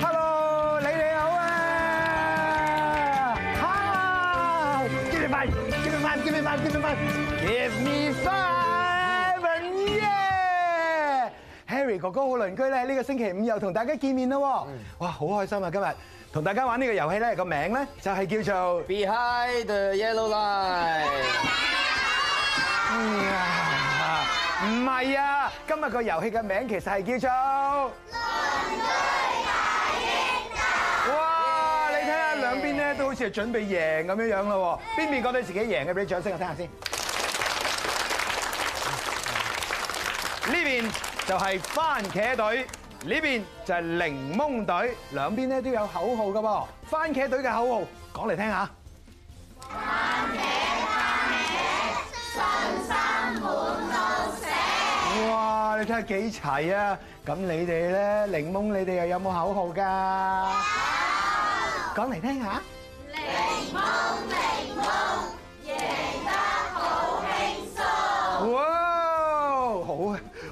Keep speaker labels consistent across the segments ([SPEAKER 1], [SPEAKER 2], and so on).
[SPEAKER 1] Hello，你哋好啊！Hi，give me five，give me five，give me five，give me five，give me five，yeah！Harry 哥哥好鄰居咧，呢個星期五又同大家見面啦喎！哇，好開心啊！今日同大家玩呢個遊戲咧，個名咧就係叫做
[SPEAKER 2] Behind the yellow line，
[SPEAKER 1] 啊唔係啊！今日個遊戲嘅名其實係叫做。哇！你睇下兩邊咧都好似係準備贏咁樣樣咯喎，邊邊覺得自己贏嘅，俾啲掌聲我聽下先。呢邊就係番茄隊，呢邊就係檸檬隊，兩邊咧都有口號噶噃。番茄隊嘅口號講嚟聽下。哇！你睇下幾齊啊！咁你哋咧，檸檬你哋又有冇口號㗎？講嚟聽下。哇！好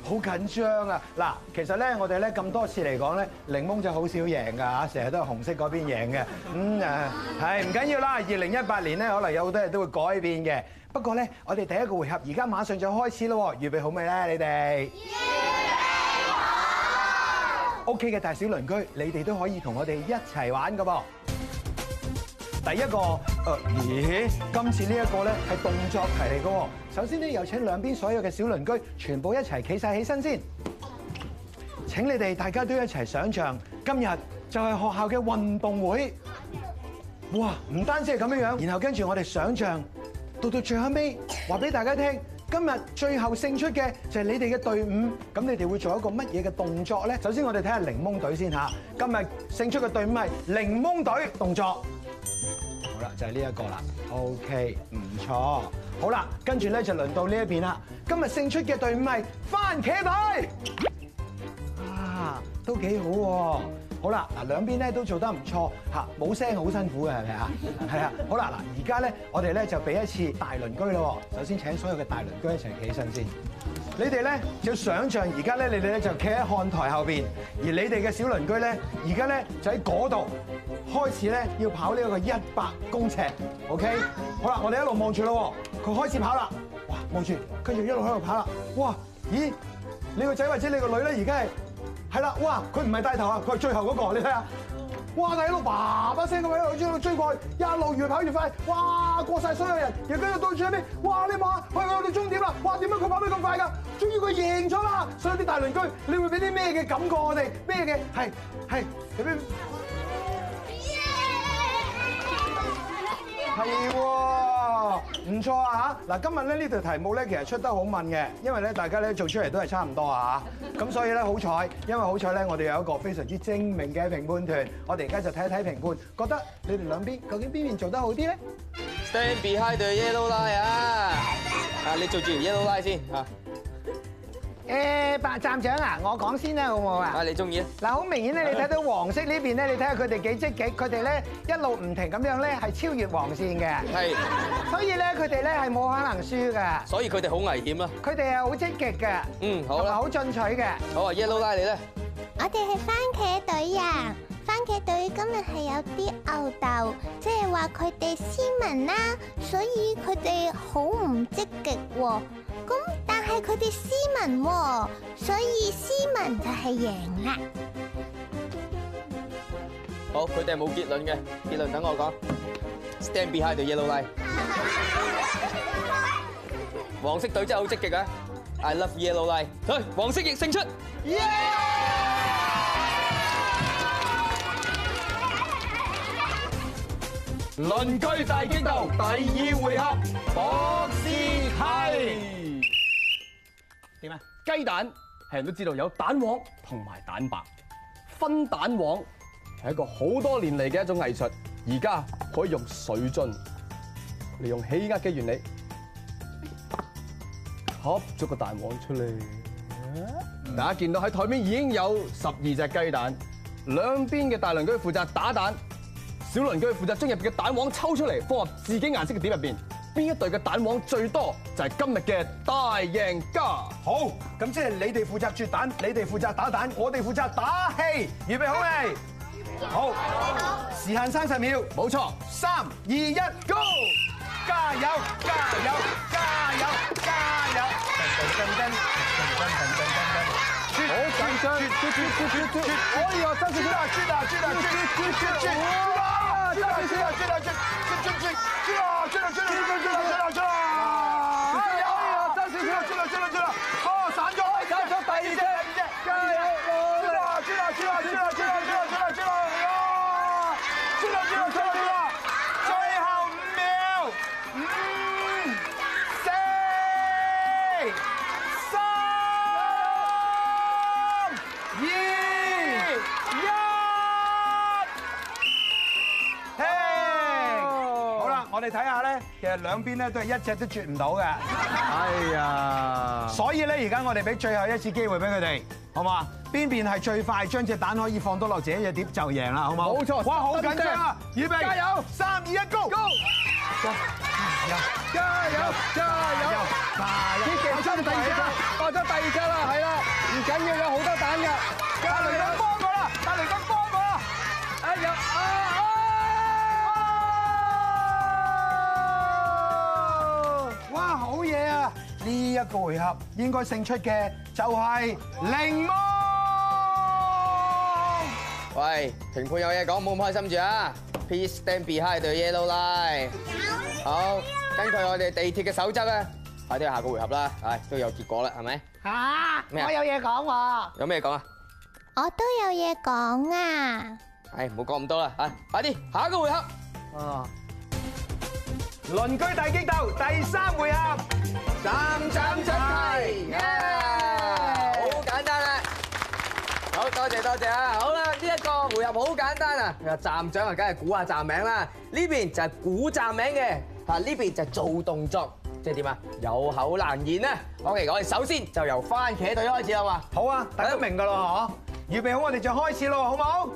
[SPEAKER 1] 好緊張啊！嗱，其實咧，我哋咧咁多次嚟講咧，檸檬就好少贏㗎嚇，成日都係紅色嗰邊贏嘅。咁誒係唔緊要啦。二零一八年咧，可能有好多嘢都會改變嘅。不過咧，我哋第一個回合而家馬上就開始咯喎，預備好未咧？你哋屋企嘅大小鄰居，你哋都可以同我哋一齊玩㗎噃。第一個，誒、咦？今次呢一個咧係動作題嚟嘅喎。首先咧，有請兩邊所有嘅小鄰居全部一齊企晒起身先。請你哋大家都一齊想像，今日就係學校嘅運動會。哇！唔單止係咁樣樣，然後跟住我哋想像，到到最後尾話俾大家聽，今日最後勝出嘅就係你哋嘅隊伍。咁你哋會做一個乜嘢嘅動作咧？首先我哋睇下檸檬隊先嚇。今日勝出嘅隊伍係檸檬隊動作。好啦，就係呢一個啦。OK，唔錯。好啦，跟住咧就輪到呢一邊啦。今日勝出嘅隊伍係番茄隊。啊，都幾好喎。好啦，嗱兩邊咧都做得唔錯嚇，冇聲好辛苦嘅係咪啊？係啊，好啦嗱，而家咧我哋咧就俾一次大鄰居咯喎。首先請所有嘅大鄰居一齊企起身先。你哋咧就想像而家咧你哋咧就企喺看台後邊，而你哋嘅小鄰居咧而家咧就喺嗰度開始咧要跑呢一個一百公尺，OK？好啦，我哋一路望住咯喎，佢開始跑啦，哇望住，跟住一路喺度跑啦，哇咦？你個仔或者你個女咧，而家係係啦，哇！佢唔係帶頭啊，佢係最後嗰、個，你睇下，哇！大佬叭叭聲咁樣一路追過去，一路越跑越快，哇！過晒所有人，而家又到最後尾，哇！你望下，去到終點啦，哇！點解佢跑得咁快㗎？終於佢贏咗啦！所以啲大鄰居，你會俾啲咩嘅感覺我哋？咩嘅係係有咩？係喎，唔錯啊嚇！嗱，今日咧呢條題目咧其實出得好問嘅，因為咧大家咧做出嚟都係差唔多啊嚇。咁所以咧好彩，因為好彩咧我哋有一個非常之精明嘅評判團，我哋而家就睇一睇評判，覺得你哋兩邊究竟邊邊做得好啲咧？
[SPEAKER 2] Stand behind the yellow line à. 啊！啊，你做住條 yellow line À, 先啊！
[SPEAKER 3] 誒，白站長啊，我講先啦，好唔好啊
[SPEAKER 2] 啊，？你中意啊？
[SPEAKER 3] 嗱，好明顯咧，你睇到黃色呢邊咧，你睇下佢哋幾積極，佢哋咧一路唔停咁樣咧係超越黃線嘅，
[SPEAKER 2] 係，
[SPEAKER 3] 所以咧佢哋咧係冇可能輸㗎，
[SPEAKER 2] 所以佢哋好危險啊！
[SPEAKER 3] 佢哋係好積極嘅，
[SPEAKER 2] 嗯，好
[SPEAKER 3] 同埋
[SPEAKER 2] 啦，
[SPEAKER 3] 好進取嘅。
[SPEAKER 2] 好啊，yellow line 你咧，
[SPEAKER 4] 我哋係番茄隊啊！番茄隊今日係有啲吽豆，即係話佢哋斯文啦，所以佢哋好唔積極喎。咁但係佢哋斯文喎，所以斯文就係贏啦。
[SPEAKER 2] 好，佢哋冇結論嘅，結論等我講。Stand behind the yellow line，黃色隊真係好積極啊！I love yellow line，去，黃色亦勝出。
[SPEAKER 1] 鄰居大激鬥第二回合，博士係點啊？
[SPEAKER 5] 雞蛋係人都知道有蛋黃同埋蛋白，分蛋黃係一個好多年嚟嘅一種藝術，而家可以用水樽利用氣壓嘅原理，吸咗個蛋黃出嚟。大家見到喺台面已經有十二隻雞蛋，兩邊嘅大鄰居負責打蛋，小鄰居負責將入邊嘅蛋黃抽出嚟，放入自己顏色嘅碟入邊。邊一隊嘅蛋黃最多，就係今日嘅大贏家。
[SPEAKER 1] 好，咁即係你哋負責絕蛋，你哋負責打蛋，我哋負責打氣。預備好未？好，時限三十秒，
[SPEAKER 5] 冇錯，
[SPEAKER 1] 三二一，Go！加油！加油！加油！加油！好緊張！絕絕絕絕絕！哎呀，真係絕啊絕啊絕啊絕絕絕絕！絕啊絕啊絕啊絕絕絕絕絕啊絕啊絕啊絕啊絕啊絕啊！哎呀哎呀，真係絕啊絕啊絕啊絕啊！哦，散咗，散咗第二隻，第二隻，加油！絕啊絕啊絕啊絕啊絕啊絕啊絕啊絕啊！啊！絕啊絕啊絕啊絕啊！最後五秒，五、四、三、二、一，嘿！好啦，我哋睇下咧，其實兩邊咧都係一隻都絕唔到嘅。
[SPEAKER 5] 哎呀，
[SPEAKER 1] 所以咧，而家我哋俾最後一次機會俾佢哋，好嘛？邊邊係最快將隻蛋可以放到落自己隻碟就贏啦，好冇？
[SPEAKER 5] 冇錯
[SPEAKER 1] 哇，好緊張啊！預備，
[SPEAKER 5] 加油！
[SPEAKER 1] 三二一，Go！
[SPEAKER 5] 加油加油！
[SPEAKER 1] 加油！
[SPEAKER 5] 呢隻真第二隻啦，爆咗第二隻啦，係啦，唔緊要，有好多蛋嘅。
[SPEAKER 1] 大雷公幫我啦！大雷公幫我啦！
[SPEAKER 5] 哎呀啊啊！
[SPEAKER 1] 哇，好嘢啊！呢一個回合應該勝出嘅就係檸檬。
[SPEAKER 2] 喂，評判有嘢講，唔好咁開心住啊！Please stand behind the yellow line。好，根據我哋地鐵嘅守則咧，快啲下個回合啦，唉，都有結果啦，係咪？
[SPEAKER 3] 嚇，
[SPEAKER 2] 咩啊
[SPEAKER 3] 我有嘢講喎。
[SPEAKER 2] 有咩講啊？
[SPEAKER 4] 我都有嘢講啊！
[SPEAKER 2] 唉，唔好講咁多啦，啊，快啲下一個回合。
[SPEAKER 3] 哦，
[SPEAKER 1] 啊鄰居大激鬥第三回合。
[SPEAKER 2] 三斬出題，好簡單啦！好多謝多謝啊！好啦，呢一個回合好簡單啊！站長啊，梗係估下站名啦。呢邊就係估站名嘅，啊呢邊就係做動作，即係點啊？有口難言啊！OK，我哋首先就由番茄隊開始啦嘛。
[SPEAKER 1] 好啊，大家明噶啦嗬，預備好我哋就開始咯，好冇？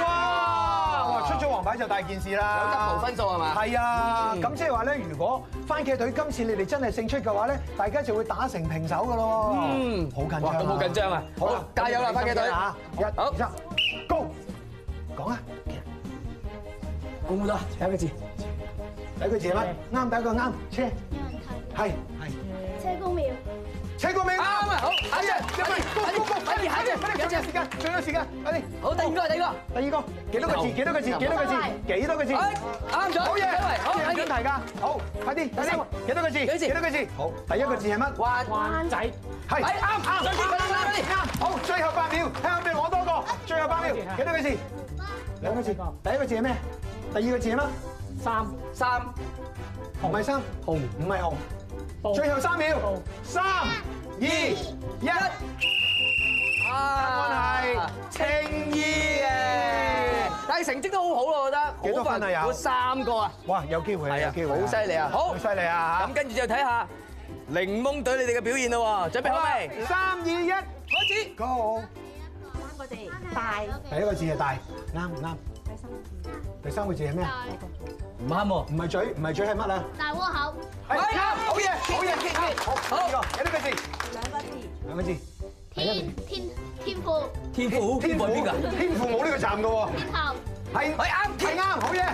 [SPEAKER 1] 哇！哇，出咗黃牌就大件事
[SPEAKER 2] 有得
[SPEAKER 1] 啦
[SPEAKER 2] 投。分數係嘛？
[SPEAKER 1] 係啊，
[SPEAKER 2] 嗯
[SPEAKER 1] 咁即係話咧，如果番茄隊今次你哋真係勝出嘅話咧，大家就會打成平手噶咯。
[SPEAKER 2] 嗯
[SPEAKER 1] 好緊張
[SPEAKER 2] 哇
[SPEAKER 1] 啊。
[SPEAKER 2] 咁好緊張啊
[SPEAKER 1] 好啦
[SPEAKER 2] 好，加油啦番茄隊
[SPEAKER 1] 嚇！一、
[SPEAKER 2] 好
[SPEAKER 1] 二、三，Go！講啊，
[SPEAKER 2] 估唔到，第一個字。
[SPEAKER 1] 第一句字係乜？啱，第一個啱，車係係
[SPEAKER 6] 車公廟，
[SPEAKER 1] 車個名
[SPEAKER 2] 啱啊！好，下一隻，
[SPEAKER 1] 一咪
[SPEAKER 2] 快啲，快啲，下一隻，
[SPEAKER 1] 快啲，
[SPEAKER 2] 有
[SPEAKER 1] 仲有
[SPEAKER 2] 隻
[SPEAKER 1] 時。間，仲有時間，快啲。
[SPEAKER 2] 好，第二個，第二
[SPEAKER 1] 第二個幾多個字？幾多個字？幾多個字？幾多個字
[SPEAKER 2] 個。？哎，啱咗。
[SPEAKER 1] 好嘢，
[SPEAKER 2] 好，
[SPEAKER 1] 好
[SPEAKER 2] 快
[SPEAKER 1] 準
[SPEAKER 2] 啲。
[SPEAKER 1] 題㗎。好，快啲，快啲。幾多個字？
[SPEAKER 2] 幾多字
[SPEAKER 1] 幾多個字？好，第一個字係乜？
[SPEAKER 2] 彎。
[SPEAKER 6] 灣仔，
[SPEAKER 1] 係
[SPEAKER 2] 哎啱啱快啲快啲快啲
[SPEAKER 1] 啱。好，最後八秒，睇下邊攞多個。最後八秒，幾多個字？兩個字。第一個字係咩？第二個字係乜？
[SPEAKER 6] 三
[SPEAKER 2] 三
[SPEAKER 1] 唔係三，紅唔係紅。最後三秒，三二一，
[SPEAKER 2] 啊
[SPEAKER 1] 係青衣嘅。
[SPEAKER 2] 但係成績都好好咯，我覺得。
[SPEAKER 1] 幾多分啊有
[SPEAKER 2] 我三個啊，
[SPEAKER 1] 哇，有機會啊，有機會啊。
[SPEAKER 2] 好犀利啊！好
[SPEAKER 1] 好，犀利啊！嚇
[SPEAKER 2] 咁跟住就睇下檸檬隊你哋嘅表現啦喎，準備好未？
[SPEAKER 1] 三二一
[SPEAKER 2] 開始。
[SPEAKER 1] ，Go！
[SPEAKER 6] 三個字，大
[SPEAKER 1] 第一個字係大，啱唔啱？第三個字係咩啊？
[SPEAKER 2] 唔啱喎。
[SPEAKER 1] 唔係嘴，唔係嘴係乜啊？
[SPEAKER 6] 大窩口，
[SPEAKER 1] 係啱，好嘢，好嘢，
[SPEAKER 2] 啱
[SPEAKER 1] 好，好，呢個有呢個字，兩個字，
[SPEAKER 6] 天天天賦，
[SPEAKER 2] 天賦
[SPEAKER 1] 兩個字，天父
[SPEAKER 2] 邊個？
[SPEAKER 1] 天父冇呢個站嘅喎，
[SPEAKER 6] 天后，
[SPEAKER 1] 係
[SPEAKER 2] 係啱
[SPEAKER 1] 係啱，好嘢，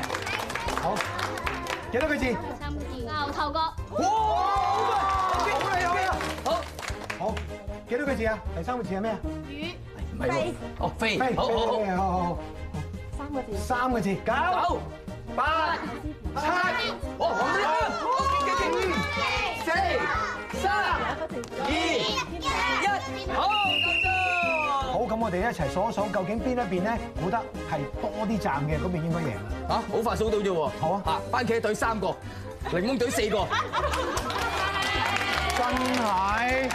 [SPEAKER 1] 好，幾多個字？
[SPEAKER 6] 三個字，牛頭角，
[SPEAKER 1] 哇，好啊，好厲害啊！
[SPEAKER 2] 好。
[SPEAKER 1] 好，幾多個字啊？第三個字係咩啊？
[SPEAKER 6] 魚，
[SPEAKER 2] 唔係喎。哦，飛。
[SPEAKER 1] 係
[SPEAKER 2] 好好好。
[SPEAKER 1] 好好好，三個字，三個字，
[SPEAKER 2] 走
[SPEAKER 1] 九。八七。
[SPEAKER 2] 哦，好啲啱。好，勁勁勁。四、三、二、一，好，夠鐘。
[SPEAKER 1] 好，咁我哋一齊數一數，究竟邊一邊咧估得係多啲站嘅嗰邊應該贏啦。
[SPEAKER 2] 嚇，好快數到啫喎！
[SPEAKER 1] 好啊
[SPEAKER 2] 嚇，番茄隊三個，檸檬隊四個，
[SPEAKER 1] 真係，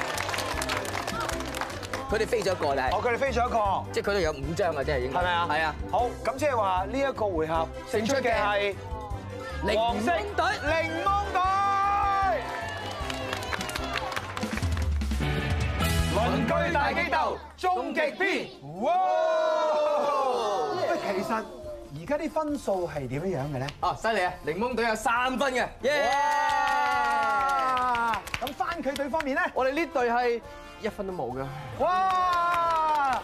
[SPEAKER 2] 佢哋飛咗一個但係，
[SPEAKER 1] 我佢哋飛咗一個，
[SPEAKER 2] 即係佢哋有五張啊，即係應該
[SPEAKER 1] 係咪啊？
[SPEAKER 2] 係啊，。
[SPEAKER 1] 好，咁即係話呢一個回合勝出嘅係
[SPEAKER 2] 檸
[SPEAKER 1] 黃色
[SPEAKER 2] 檬隊。
[SPEAKER 1] 檸檬隊。鄰居大激鬥終極篇，哇！喂，其實而而家啲分數係點樣樣嘅咧？
[SPEAKER 2] 哦，犀利啊！檸檬隊有三分嘅，耶！
[SPEAKER 1] 啊，咁番佢隊方面咧，
[SPEAKER 5] 我哋呢隊係一分都冇㗎。
[SPEAKER 1] 哇！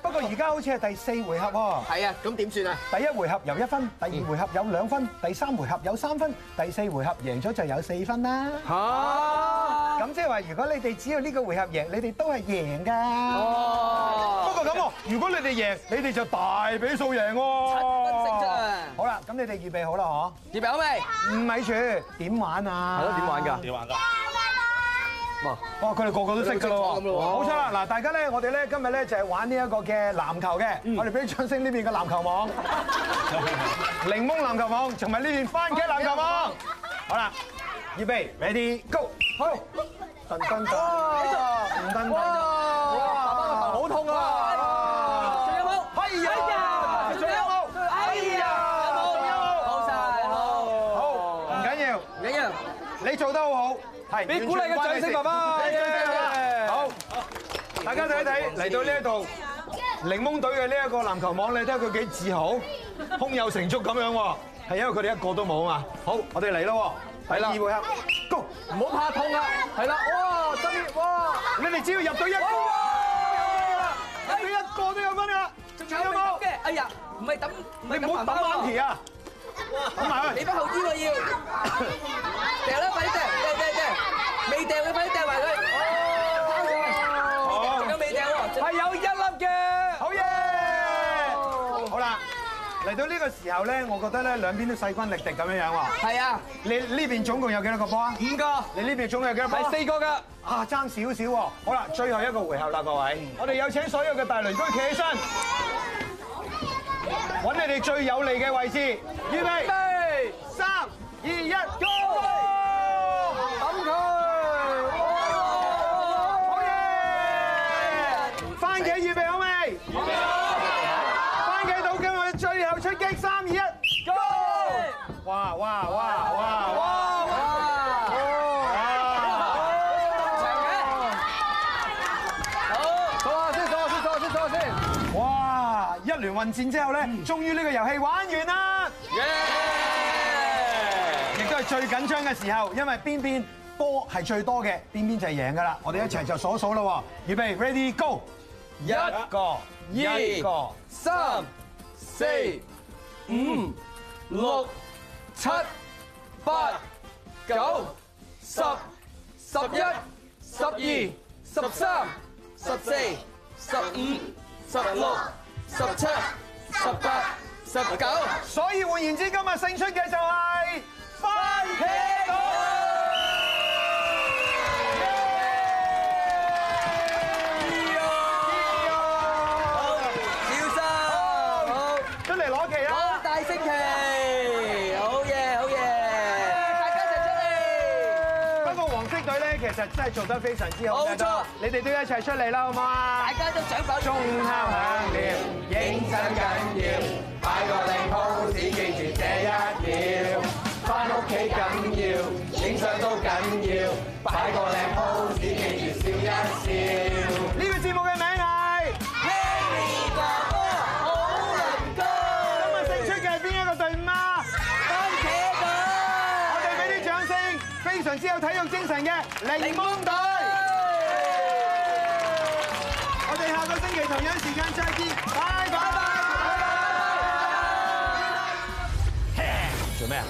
[SPEAKER 1] 不過而家好似係第四回合喎。
[SPEAKER 2] 係啊，咁點算啊？
[SPEAKER 1] 第一回合由一分，第二回合有兩分，第三回合有三分，第四回合贏咗就有四分啦。
[SPEAKER 2] 嚇！
[SPEAKER 1] 咁即係話，如果你哋只要呢個回合贏，你哋都係贏㗎。
[SPEAKER 2] 哦，
[SPEAKER 1] 過咁喎，如果你哋贏，你哋就大比數贏喎
[SPEAKER 2] 七分勝出啊
[SPEAKER 1] 好啦，咁你哋預備好啦
[SPEAKER 2] 預備好未？
[SPEAKER 1] 嗬？唔咪住，點玩啊？
[SPEAKER 5] 係咯，點玩㗎？
[SPEAKER 7] 點玩㗎？
[SPEAKER 1] 哇！佢哋個個都識㗎咯喎，
[SPEAKER 2] 佢哋都識講㗎咯
[SPEAKER 1] 冇錯啦！嗱，大家咧，我哋咧今日咧就係玩呢一個嘅籃球嘅，我哋俾啲掌聲呢邊嘅籃球網、 檸檬籃球網，同埋呢邊番茄籃球網。好啦，預備，ready go，好，噔噔噔，噔噔噔，
[SPEAKER 5] 爸爸個頭好痛啊！
[SPEAKER 2] 仲有冇？
[SPEAKER 1] 係啊，仲有冇？
[SPEAKER 2] 哎呀！有冇？
[SPEAKER 1] 仲有冇
[SPEAKER 2] 好晒，好。
[SPEAKER 1] 好，唔緊要，
[SPEAKER 2] 唔緊要。
[SPEAKER 1] 你做得好好，係，
[SPEAKER 5] 俾鼓勵嘅掌聲爸爸
[SPEAKER 1] 俾掌聲爸
[SPEAKER 5] 耶
[SPEAKER 1] 爸，好，大家睇一睇嚟到呢一度。檸檬隊嘅呢一個籃球網，你睇下佢幾自豪，胸有成竹咁樣喎，係因為佢哋一個都冇啊嘛。好，我哋嚟咯喎，第二回合，Go！
[SPEAKER 5] 唔好怕痛啊！係啦，哇，真啲哇！
[SPEAKER 1] 你哋只要入到一個，入到一個都有分㗎，仲
[SPEAKER 2] 仲有
[SPEAKER 1] 有冇
[SPEAKER 2] 冇？？哎呀，唔係抌，唔係
[SPEAKER 1] 你唔好等 a n t 啊，等埋
[SPEAKER 2] 你
[SPEAKER 1] 佢。
[SPEAKER 2] 不後腰啊要。掉啦，快啲掉，掉掉掉，未掉嘅快啲掉埋佢。哦，仲有未掉喎？
[SPEAKER 5] 係有一粒嘅。
[SPEAKER 1] 好嘢！好啦，嚟到呢個時候咧，我覺得咧兩邊都勢均力敵咁樣樣喎。
[SPEAKER 2] 係啊，
[SPEAKER 1] 你呢邊總共有幾多個波啊？
[SPEAKER 2] 五個。
[SPEAKER 1] 你呢邊總共有幾多波啊？
[SPEAKER 5] 係四個㗎，
[SPEAKER 1] 啊，爭少少喎。好啦，最後一個回合啦，各
[SPEAKER 5] 嗯
[SPEAKER 1] 位，我哋有請所有嘅大鄰居企起身，揾你哋最有利嘅位置，預備，三二一，Go！抌佢！好嘢！番茄預備好未？預備好。番茄到今日最後出擊，三二一，Go！哇哇哇哇哇！
[SPEAKER 5] 數下先，數下先，數下先，數下先。
[SPEAKER 1] 哇！一聯混戰之後咧，終於呢個遊戲玩完啦，亦都係最緊張嘅時候，因為邊邊波係最多嘅，邊邊就係贏噶啦。我哋一齊就數數啦喎，預備，ready go！一個，一個，
[SPEAKER 5] 三、四、五、六、七、八、九、十、十一、十二、十三、十四、十五、十六、十七、十八、十九。
[SPEAKER 1] 所以換言之，今日勝出嘅就係番茄隊，出嚟攞旗啦！不過黃色隊咧，其實真係做得非常之好。
[SPEAKER 2] 冇錯
[SPEAKER 1] 你哋都一齊出嚟啦，好唔好啊？鐘敲響了，影相緊要，擺個靚 pose 記住這一秒。翻屋企緊要，影相都緊要，擺個靚 pose 記住笑一笑。呢個節目嘅名係今日勝出嘅係邊一個隊伍啊？我哋俾啲掌聲，非常之有體育精神嘅檸檬隊。我哋下個星期同樣時間再見，拜拜。做咩啊？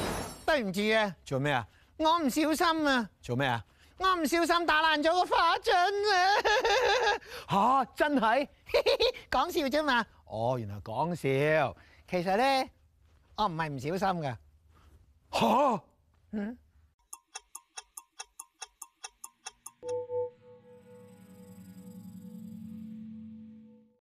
[SPEAKER 3] 對唔住啊，
[SPEAKER 1] 做咩啊？
[SPEAKER 3] 我唔小心啊，
[SPEAKER 1] 做咩啊？
[SPEAKER 3] 我唔小心打爛咗個花樽啊！
[SPEAKER 1] 嚇！真係
[SPEAKER 3] 講笑啫嘛，
[SPEAKER 1] 哦，原來講笑
[SPEAKER 3] 其實咧我唔係唔小心噶，
[SPEAKER 1] 嚇！
[SPEAKER 3] 嗯，